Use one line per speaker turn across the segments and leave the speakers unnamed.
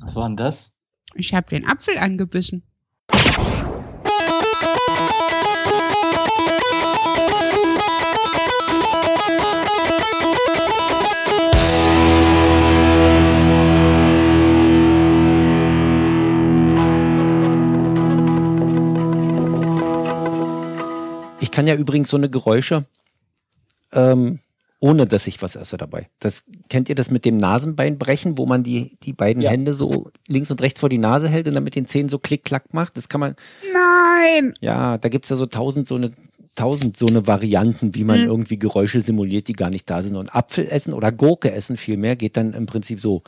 Was war denn das?
Ich habe den Apfel angebissen.
Ich kann ja übrigens so eine Geräusche, ähm, ohne dass ich was esse dabei. Das kennt ihr das mit dem Nasenbeinbrechen, wo man die, die beiden
Ja.
Hände so links und rechts vor die Nase hält und dann mit den Zähnen so klick, klack macht? Das kann man,
Nein!
ja, da gibt's ja so tausend so eine, tausend so eine Varianten, wie man
Mhm.
irgendwie Geräusche simuliert, die gar nicht da sind. Und Apfel essen oder Gurke essen vielmehr geht dann im Prinzip so.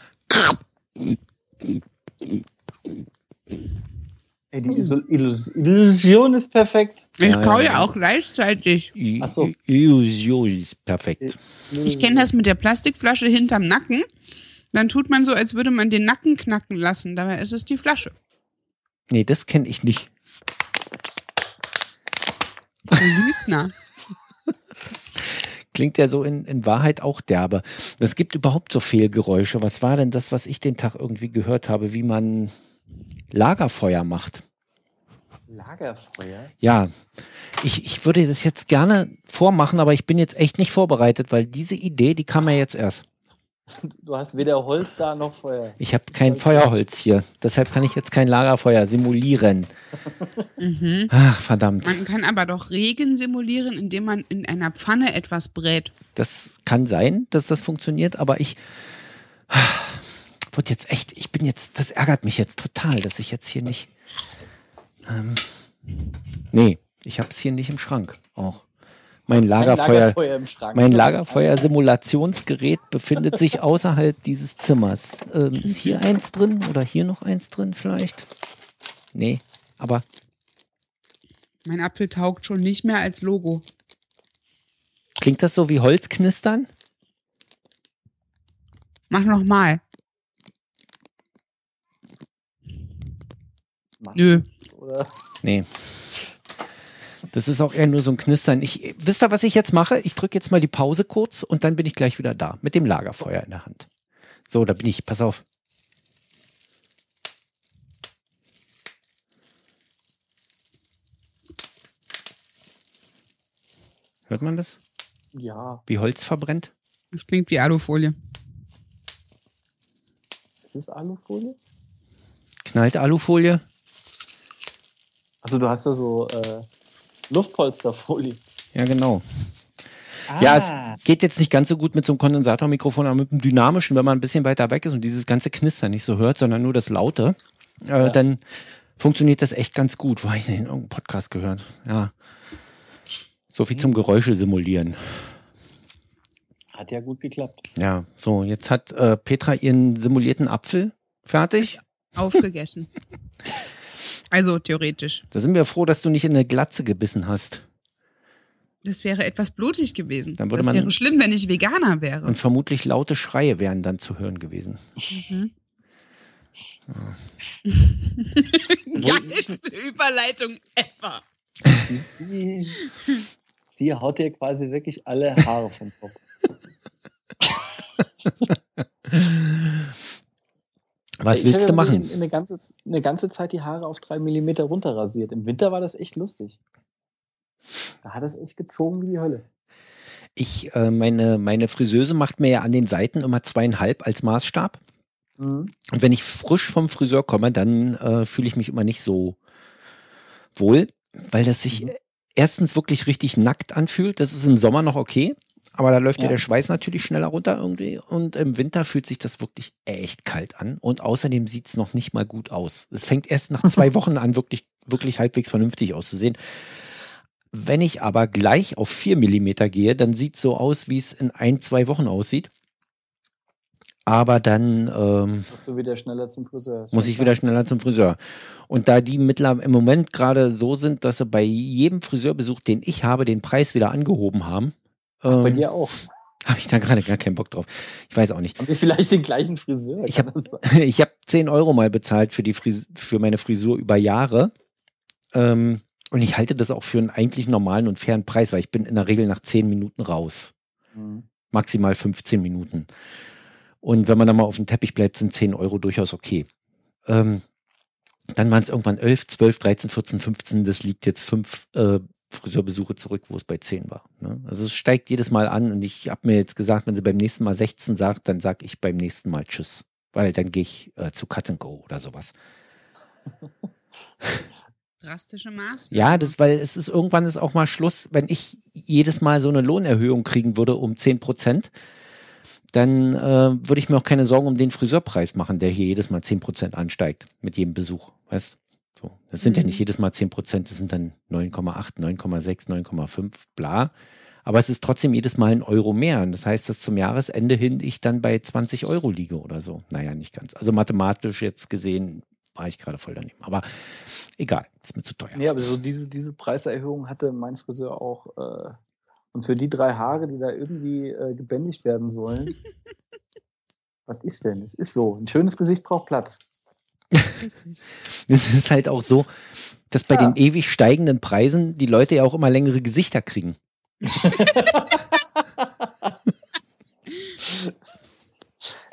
Ey,
Hm.
die Iso- Illus- Illusion ist perfekt.
Ich
Ja,
kaue
ja.
ja auch gleichzeitig.
Ach
Ach so.
perfekt. Hm.
Ich kenne das mit der Plastikflasche hinterm Nacken. Dann tut man so, als würde man den Nacken knacken lassen. Dabei ist es die Flasche.
Nee, das kenne ich nicht.
Du Lügner.
Klingt ja so in, in Wahrheit auch derbe. Es gibt überhaupt so Fehlgeräusche. Was war denn das, was ich den Tag irgendwie gehört habe, wie man Lagerfeuer macht?
Lagerfeuer.
Ja, ich, ich würde das jetzt gerne vormachen, aber ich bin jetzt echt nicht vorbereitet, weil diese Idee, die kam ja jetzt erst.
Du hast weder Holz da noch Feuer.
Ich habe kein Feuerholz hier. Deshalb kann ich jetzt kein Lagerfeuer simulieren.
Mhm.
Ach, verdammt.
Man kann aber doch Regen simulieren, indem man in einer Pfanne etwas brät.
Das kann sein, dass das funktioniert, aber ich wurde jetzt echt, ich bin jetzt, das ärgert mich jetzt total, dass ich jetzt hier nicht. Ähm, nee, ich habe es hier nicht im Schrank. Auch mein
Kein
Lagerfeuer,
Lagerfeuer im Schrank.
mein Lagerfeuer-Simulationsgerät befindet sich außerhalb dieses Zimmers. Ähm, ist hier eins drin oder hier noch eins drin vielleicht? Nee, aber
Mein Apfel taugt schon nicht mehr als Logo.
klingt das so wie Holzknistern?
Mach nochmal.
Machst
Nö.
du's, Oder?
Nee. Das ist auch eher nur so ein Knistern. Ich, wisst ihr, was ich jetzt mache? Ich drücke jetzt mal die Pause kurz und dann bin ich gleich wieder da mit dem Lagerfeuer in der Hand. So, da bin ich. Pass auf. Hört man das?
Ja,
Wie Holz verbrennt?
Das klingt wie Alufolie.
ist das Alufolie?
Knallt Alufolie?
Also du hast ja so äh, Luftpolsterfolie.
Ja, genau.
Ah.
Ja, es geht jetzt nicht ganz so gut mit so einem Kondensatormikrofon, aber mit einem dynamischen, wenn man ein bisschen weiter weg ist und dieses ganze Knistern nicht so hört, sondern nur das Laute, äh, dann funktioniert das echt ganz gut. Wo habe ich denn irgendeinen Podcast gehört? Ja. So
Mhm.
viel zum Geräusche simulieren.
hat ja gut geklappt.
Ja, so, jetzt hat äh, Petra ihren simulierten Apfel fertig.
Aufgegessen. also theoretisch.
Da sind wir froh, dass du nicht in eine Glatze gebissen hast.
Das wäre etwas blutig gewesen.
Dann würde
das
man-
wäre schlimm, wenn ich Veganer wäre.
Und vermutlich laute Schreie wären dann zu hören gewesen.
Geilste Überleitung ever.
Die, die haut dir quasi wirklich alle Haare vom Kopf.
Was
Ich
willst
hab
du
ja
machen?
wirklich Eine ganze, eine ganze Zeit die Haare auf drei Millimeter runterrasiert. Im Winter war das echt lustig. Da hat es echt gezogen wie die Hölle.
Ich, äh, meine, meine Friseuse macht mir ja an den Seiten immer zweieinhalb als Maßstab.
Mhm.
Und wenn ich frisch vom Friseur komme, dann äh, fühle ich mich immer nicht so wohl, weil das sich erstens wirklich richtig nackt anfühlt. Das ist im Sommer noch okay, aber da läuft ja,
Ja.
der Schweiß natürlich schneller runter irgendwie. Und im Winter fühlt sich das wirklich echt kalt an. Und außerdem sieht es noch nicht mal gut aus. Es fängt erst nach zwei Wochen an, wirklich, wirklich halbwegs vernünftig auszusehen. Wenn ich aber gleich auf vier Millimeter gehe, dann sieht so aus, wie es in ein, zwei Wochen aussieht. Aber dann ähm,
Musst du wieder schneller zum Friseur.
muss ich wieder schneller zum Friseur. Und da die mittlerweile im Moment gerade so sind, dass sie bei jedem Friseurbesuch, den ich habe, den Preis wieder angehoben haben,
Bei
ähm,
dir auch.
habe ich da gerade gar keinen Bock drauf. Ich weiß auch nicht.
Haben wir vielleicht den gleichen Friseur?
Ich
Kann
hab-
das sein?
Ich habe 10 Euro mal bezahlt für, die Fris für meine Frisur über Jahre. Ähm, und ich halte das auch für einen eigentlich normalen und fairen Preis, weil ich bin in der Regel nach 10 Minuten raus.
Mhm.
Maximal 15 Minuten. Und wenn man da mal auf dem Teppich bleibt, sind 10 Euro durchaus okay. Ähm, dann waren es irgendwann 11, 12, 13, 14, 15. Das liegt jetzt fünf äh, Friseurbesuche zurück, wo es bei 10 war. Ne? Also es steigt jedes Mal an und ich habe mir jetzt gesagt, wenn sie beim nächsten Mal 16 sagt, dann sage ich beim nächsten Mal Tschüss, weil dann gehe ich äh, zu Cut and Go oder sowas.
Drastische Maßnahmen.
Ja, das, weil es ist irgendwann ist auch mal Schluss, wenn ich jedes Mal so eine Lohnerhöhung kriegen würde um 10 Prozent, dann äh, würde ich mir auch keine Sorgen um den Friseurpreis machen, der hier jedes Mal 10 Prozent ansteigt mit jedem Besuch. Weißt so, das sind ja
Mhm.
nicht jedes Mal 10 Prozent, das sind dann 9,8, 9,6, 9,5, bla. Aber es ist trotzdem jedes Mal ein Euro mehr. Und das heißt, dass zum Jahresende hin ich dann bei 20 Euro liege oder so. Naja, nicht ganz. Also mathematisch jetzt gesehen war ich gerade voll daneben. Aber egal, ist mir zu teuer.
Nee, aber so diese, diese Preiserhöhung hatte mein Friseur auch. Äh, und für die drei Haare, die da irgendwie äh, gebändigt werden sollen. was ist denn? Es ist so. Ein schönes Gesicht braucht Platz.
Richtig.
Es ist halt auch so, dass bei
Ja.
den ewig steigenden Preisen die Leute ja auch immer längere Gesichter kriegen.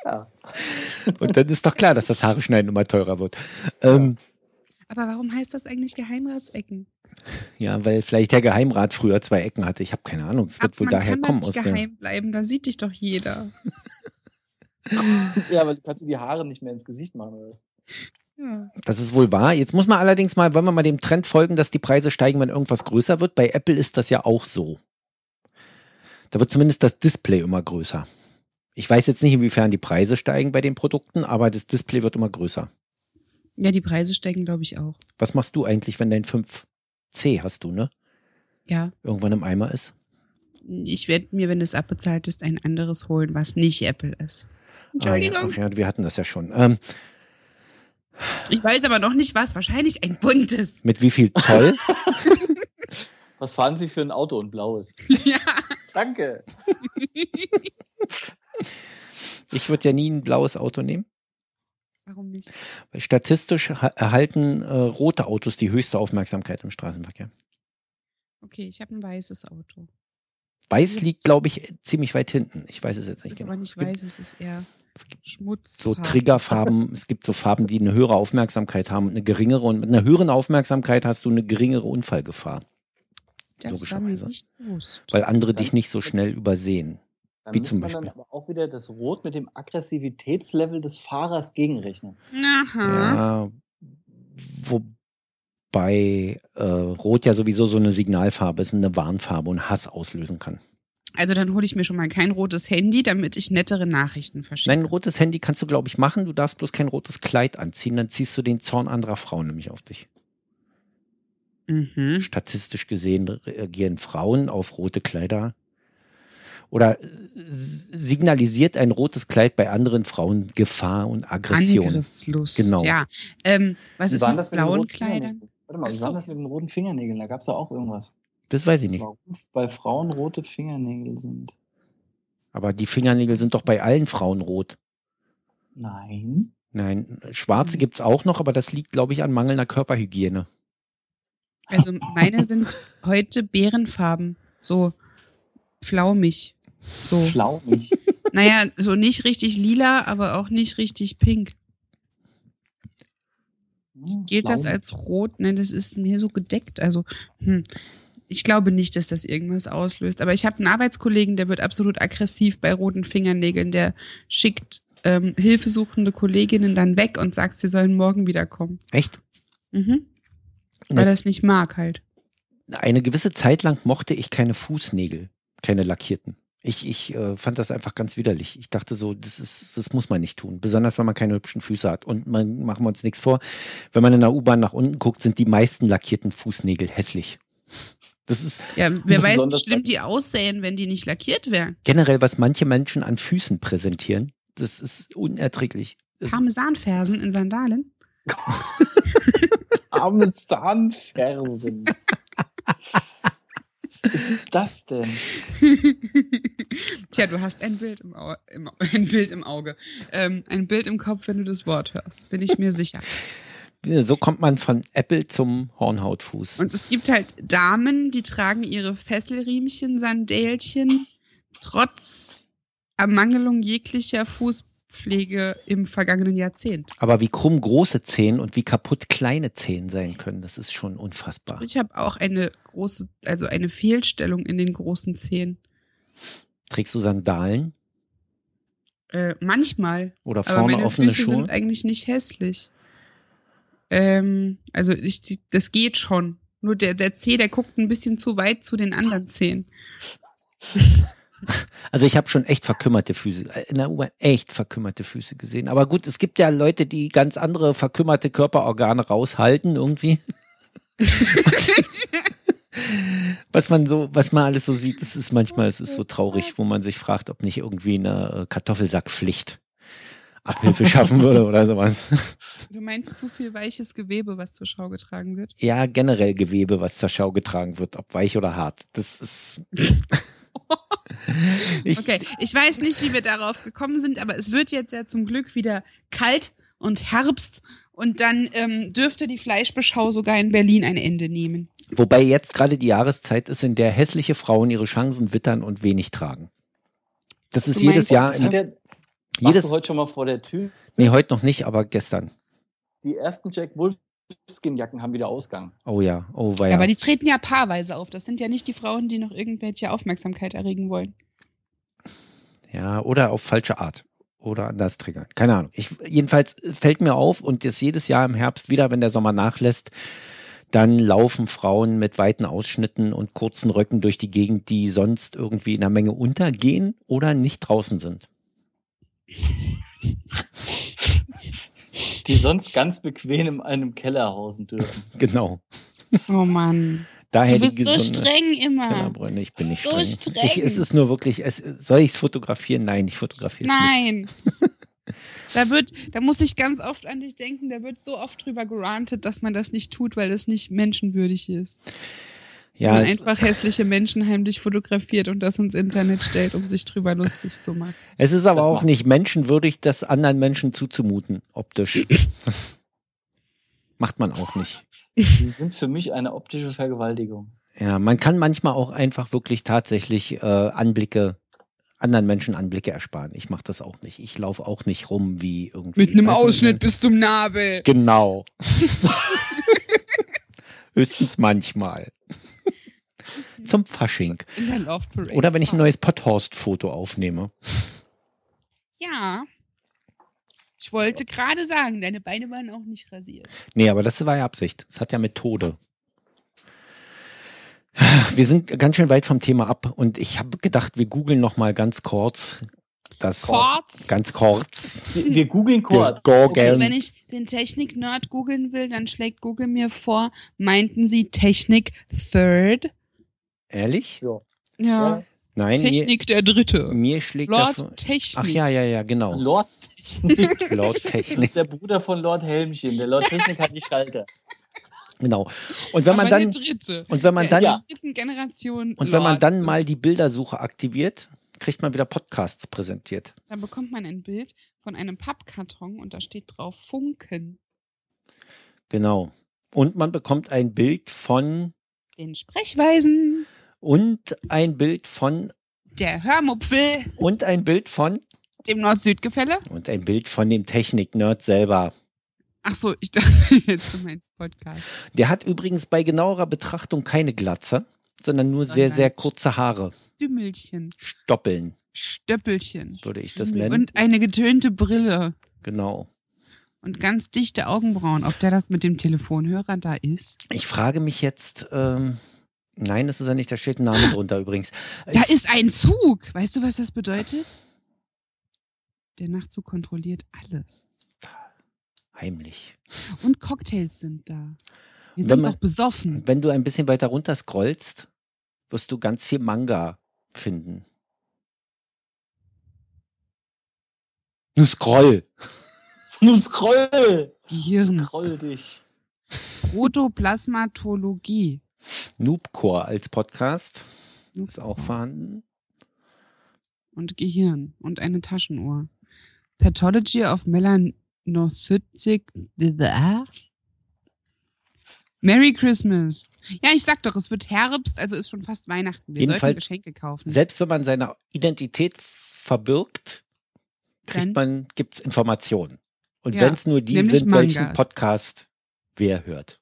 Ja.
Und dann ist doch klar, dass das Haare schneiden immer teurer wird. Ähm,
Aber warum heißt das eigentlich Geheimratsecken?
ja, weil vielleicht der Geheimrat früher zwei Ecken hatte. Ich habe keine Ahnung. Es wird
Ab,
wohl
man
daher
kann da
kommen
nicht
aus der.
geheim bleiben, da sieht dich doch jeder.
Ja, aber du kannst dir die Haare nicht mehr ins Gesicht machen. Oder?
Ja.
Das ist wohl wahr. Jetzt muss man allerdings mal, wollen wir mal dem Trend folgen, dass die Preise steigen, wenn irgendwas größer wird. Bei Apple ist das ja auch so. Da wird zumindest das Display immer größer. Ich weiß jetzt nicht, inwiefern die Preise steigen bei den Produkten, aber das Display wird immer größer.
ja, die Preise steigen, glaube ich, auch.
Was machst du eigentlich, wenn dein 5C hast du, ne?
Ja.
Irgendwann im Eimer ist? Ah,
Ich werde mir, wenn es abbezahlt ist, ein anderes holen, was nicht Apple ist. Entschuldigung.
Ah, ja, ja, wir hatten das ja schon. Ähm,
Ich weiß aber noch nicht was. Wahrscheinlich ein buntes.
mit wie viel Zoll?
Was fahren Sie für ein Auto und blaues?
ja.
Danke.
ich würde ja nie ein blaues Auto nehmen.
Warum nicht?
Weil Statistisch ha- erhalten äh, rote Autos die höchste Aufmerksamkeit im Straßenverkehr.
Okay, ich habe ein weißes Auto.
Weiß liegt, glaube ich, ziemlich weit hinten. Ich weiß es jetzt nicht
Hm. Ist aber
genau.
nicht
es gibt
weiß, es ist eher Schmutz. halt.
so Triggerfarben, es gibt so Farben, die eine höhere Aufmerksamkeit haben und eine geringere. Und mit einer höheren Aufmerksamkeit hast du eine geringere Unfallgefahr,
Das war mir
logischerweise.
nicht bewusst.
weil andere dich
Dann-
nicht so schnell übersehen.
Dann
Wie zum
muss man
Beispiel.
dann aber auch wieder das Rot mit dem Aggressivitätslevel des Fahrers gegenrechnen.
Aha.
Ja, wobei äh, Rot ja sowieso so eine Signalfarbe ist, eine Warnfarbe und Hass auslösen kann.
Also dann hole ich mir schon mal kein rotes Handy, damit ich nettere Nachrichten verschicke.
Nein, ein rotes Handy kannst du, glaube ich, machen. Du darfst bloß kein rotes Kleid anziehen, dann ziehst du den Zorn anderer Frauen nämlich auf dich.
Mhm.
Statistisch gesehen reagieren Frauen auf rote Kleider. Oder s- signalisiert ein rotes Kleid bei anderen Frauen Gefahr und Aggression.
Angriffslust.
Genau.
Ja. Ähm, was
Wie
ist
waren
mit
das mit den
blauen
roten
Kleidern?
Fingernägeln? Warte mal,
Ach
wie
so.
war das mit den roten Fingernägeln? Da gab es ja auch irgendwas.
Das weiß ich nicht.
Warum bei Frauen rote Fingernägel sind?
Aber die Fingernägel sind doch bei allen Frauen rot.
Nein.
Nein, schwarze gibt's auch noch, aber das liegt, glaube ich, an mangelnder Körperhygiene.
Also meine sind heute Beerenfarben. So flaumig. So.
Schlaumig.
Naja, so nicht richtig lila, aber auch nicht richtig pink.
Hm,
Gilt das
schlaumig.
als rot? Nein, das ist mir so gedeckt. Also, hm. Ich glaube nicht, dass das irgendwas auslöst. Aber ich habe einen Arbeitskollegen, der wird absolut aggressiv bei roten Fingernägeln. Der schickt ähm, hilfesuchende Kolleginnen dann weg und sagt, sie sollen morgen wiederkommen.
Echt?
Mhm.
Ne.
Weil er es nicht mag halt.
eine gewisse Zeit lang mochte ich keine Fußnägel, keine lackierten. Ich, ich äh, fand das einfach ganz widerlich. Ich dachte so, das ist, das muss man nicht tun. Besonders wenn man keine hübschen Füße hat. Und man machen wir uns nichts vor. Wenn man in der U-Bahn nach unten guckt, sind die meisten lackierten Fußnägel hässlich. Das ist
Ja, wer weiß, wie
Besonders
schlimm die aussähen, wenn die nicht lackiert wären.
generell, was manche Menschen an Füßen präsentieren. Das ist unerträglich. Das,
Parmesanfersen in Sandalen. also?
Armes Zahnfersen. Was ist das denn?
Tja, du hast ein Bild im, Au im, Au- ein Bild im Auge. Ähm, ein Bild im Kopf, wenn du das Wort hörst. Bin ich mir sicher.
so kommt man von Apple zum Hornhautfuß.
Und es gibt halt Damen, die tragen ihre Fesselriemchen, Sandälchen, trotz Ermangelung jeglicher Fußpflege im vergangenen Jahrzehnt.
Aber wie krumm große Zehen und wie kaputt kleine Zehen sein können, das ist schon unfassbar.
Ich habe auch eine große, also eine Fehlstellung in den großen Zehen.
Trägst du Sandalen
Äh, manchmal.
oder
Aber
vorne
meine
offene
Füße
Schuhe?
sind eigentlich nicht hässlich. Ähm, also ich, die- das geht schon. Nur der, der Zeh, der guckt ein bisschen zu weit zu den anderen Zehen.
Also ich habe schon echt verkümmerte Füße, äh, in der U-Bahn echt verkümmerte Füße gesehen. Aber gut, es gibt ja Leute, die ganz andere verkümmerte Körperorgane raushalten irgendwie. was man so, was man alles so sieht, das ist manchmal, es ist so traurig, wo man sich fragt, ob nicht irgendwie eine äh, Kartoffelsackpflicht Abhilfe schaffen würde oder sowas.
Du meinst zu viel weiches Gewebe, was zur Schau getragen wird?
Ja, generell Gewebe, was zur Schau getragen wird, ob weich oder hart. Das ist. ich,
Okay, ich weiß nicht, wie wir darauf gekommen sind, aber es wird jetzt ja zum Glück wieder kalt und Herbst und dann ähm, dürfte die Fleischbeschau sogar in Berlin ein Ende nehmen.
Wobei jetzt gerade die Jahreszeit ist, in der hässliche Frauen ihre Chancen wittern und wenig tragen. Das ist
Du meinst,
jedes Jahr,
das
im,
hat
der, warst du
jedes,
heute schon mal vor der Tür?
nee, heute noch nicht, aber gestern.
Die ersten Jack Wolfskin-Jacken haben wieder Ausgang.
Oh ja, oh
Ja.
weia.
Aber die treten ja paarweise auf. Das sind ja nicht die Frauen, die noch irgendwelche Aufmerksamkeit erregen wollen.
ja, oder auf falsche Art. Oder anders triggern. Keine Ahnung. Ich, jedenfalls fällt mir auf und das jedes Jahr im Herbst wieder, wenn der Sommer nachlässt, dann laufen Frauen mit weiten Ausschnitten und kurzen Röcken durch die Gegend, die sonst irgendwie in einer Menge untergehen oder nicht draußen sind.
Die sonst ganz bequem in einem Keller hausen dürfen.
Genau.
Oh Mann.
Daher
Du bist
die
so
gesunde-
streng immer.
Kellerbräune, ich bin nicht
Ah. So
streng.
streng.
Ich, es ist nur wirklich, es, soll ich es fotografieren? Nein, ich fotografiere es nicht.
Nein. Da wird, da muss ich ganz oft an dich denken, da wird so oft drüber gerantet, dass man das nicht tut, weil das nicht menschenwürdig ist. Dass
Ja,
man
es-
einfach hässliche Menschen heimlich fotografiert und das ins Internet stellt, um sich drüber lustig zu machen.
Es ist aber
Das
auch
macht-
nicht menschenwürdig, das anderen Menschen zuzumuten, optisch. Das macht man auch nicht.
Die sind für mich eine optische Vergewaltigung.
Ja, man kann manchmal auch einfach wirklich tatsächlich äh, Anblicke, anderen Menschen Anblicke ersparen. Ich mache das auch nicht. Ich laufe auch nicht rum wie irgendwie.
Mit einem
Weißt du,
Ausschnitt bis zum Nabel.
Genau. Höchstens manchmal. Zum Fasching.
In der Love Parade.
Oder wenn ich ein neues Potthorst-Foto aufnehme.
Ja. Ich wollte gerade sagen, deine Beine waren auch nicht rasiert.
Nee, aber das war ja Absicht. Das hat ja Methode. Wir sind ganz schön weit vom Thema ab und ich habe gedacht, wir googeln noch mal ganz kurz das
Kurz.
ganz kurz.
Wir, wir googeln
Wir
kurz.
googeln.
Also wenn ich den Technik-Nerd googeln will, dann schlägt Google mir vor, meinten sie Technik Third?
Ehrlich?
Ja.
Ja.
Nein, mir,
Technik der Dritte.
mir schlägt davon.
Lord Technik.
Ach ja, ja, ja, genau.
Lord Technik
Lord
das
Technik.
ist der Bruder von Lord Helmchen. Der Lord Technik hat die Schalter.
Genau. Und wenn man
Aber eine
dann
dritte.
und wenn
Der-
man dann
Ja.
der dritten Generation.
und wenn man
Lord.
dann mal die Bildersuche aktiviert, kriegt man wieder Podcasts präsentiert.
Dann bekommt man ein Bild von einem Pappkarton und da steht drauf Funken.
Genau. Und man bekommt ein Bild von
Den Sprechweisen.
und ein Bild von
Der Hörmupfel.
und ein Bild von
Dem Nord-Süd-Gefälle.
und ein Bild von dem Technik-Nerd selber.
Ach so, ich dachte jetzt, du meinst Podcast.
Der hat übrigens bei genauerer Betrachtung keine Glatze, sondern nur sehr,
Sondern-
sehr kurze Haare.
Dümmelchen.
Stoppeln
Stöppelchen.
würde ich das nennen.
Und eine getönte Brille.
genau.
und ganz dichte Augenbrauen, ob der das mit dem Telefonhörer da ist.
Ich frage mich jetzt, ähm, nein, das ist er nicht, da steht ein Name drunter übrigens.
Da ist ein Zug. Weißt du, was das bedeutet? Der Nachtzug kontrolliert alles.
Heimlich.
Und Cocktails sind da. Wir
Wenn
sind
man-
doch besoffen.
Und wenn du ein bisschen weiter runter scrollst, wirst du ganz viel Manga finden. Nur scroll.
Nun scroll!
Gehirn.
Scroll dich.
Protoplasmatologie.
Noobcore als Podcast ist auch
Noobcore.
vorhanden.
Und Gehirn. Und eine Taschenuhr. Pathology of Melanocytic. Merry Christmas. Ja, ich sag doch, es wird Herbst, also ist schon fast Weihnachten. Wir sollten
Jedenfalls-
Geschenke kaufen.
Selbst wenn man seine Identität verbirgt, kriegt
Dann-
man, gibt's Informationen. Und
Ja,
wenn's wenn es nur die
nämlich
sind, welchen
Mangas.
Podcast wer hört.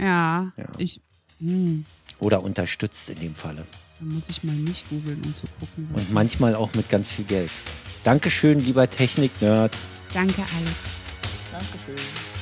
Ja,
Ja.
ich. Hm,
Oder unterstützt in dem Falle.
da muss ich mal nicht googeln, um zu gucken. was
Und manchmal auch mit ganz viel Geld. Dankeschön, lieber Technik-Nerd.
das- Danke, Alex.
Dankeschön.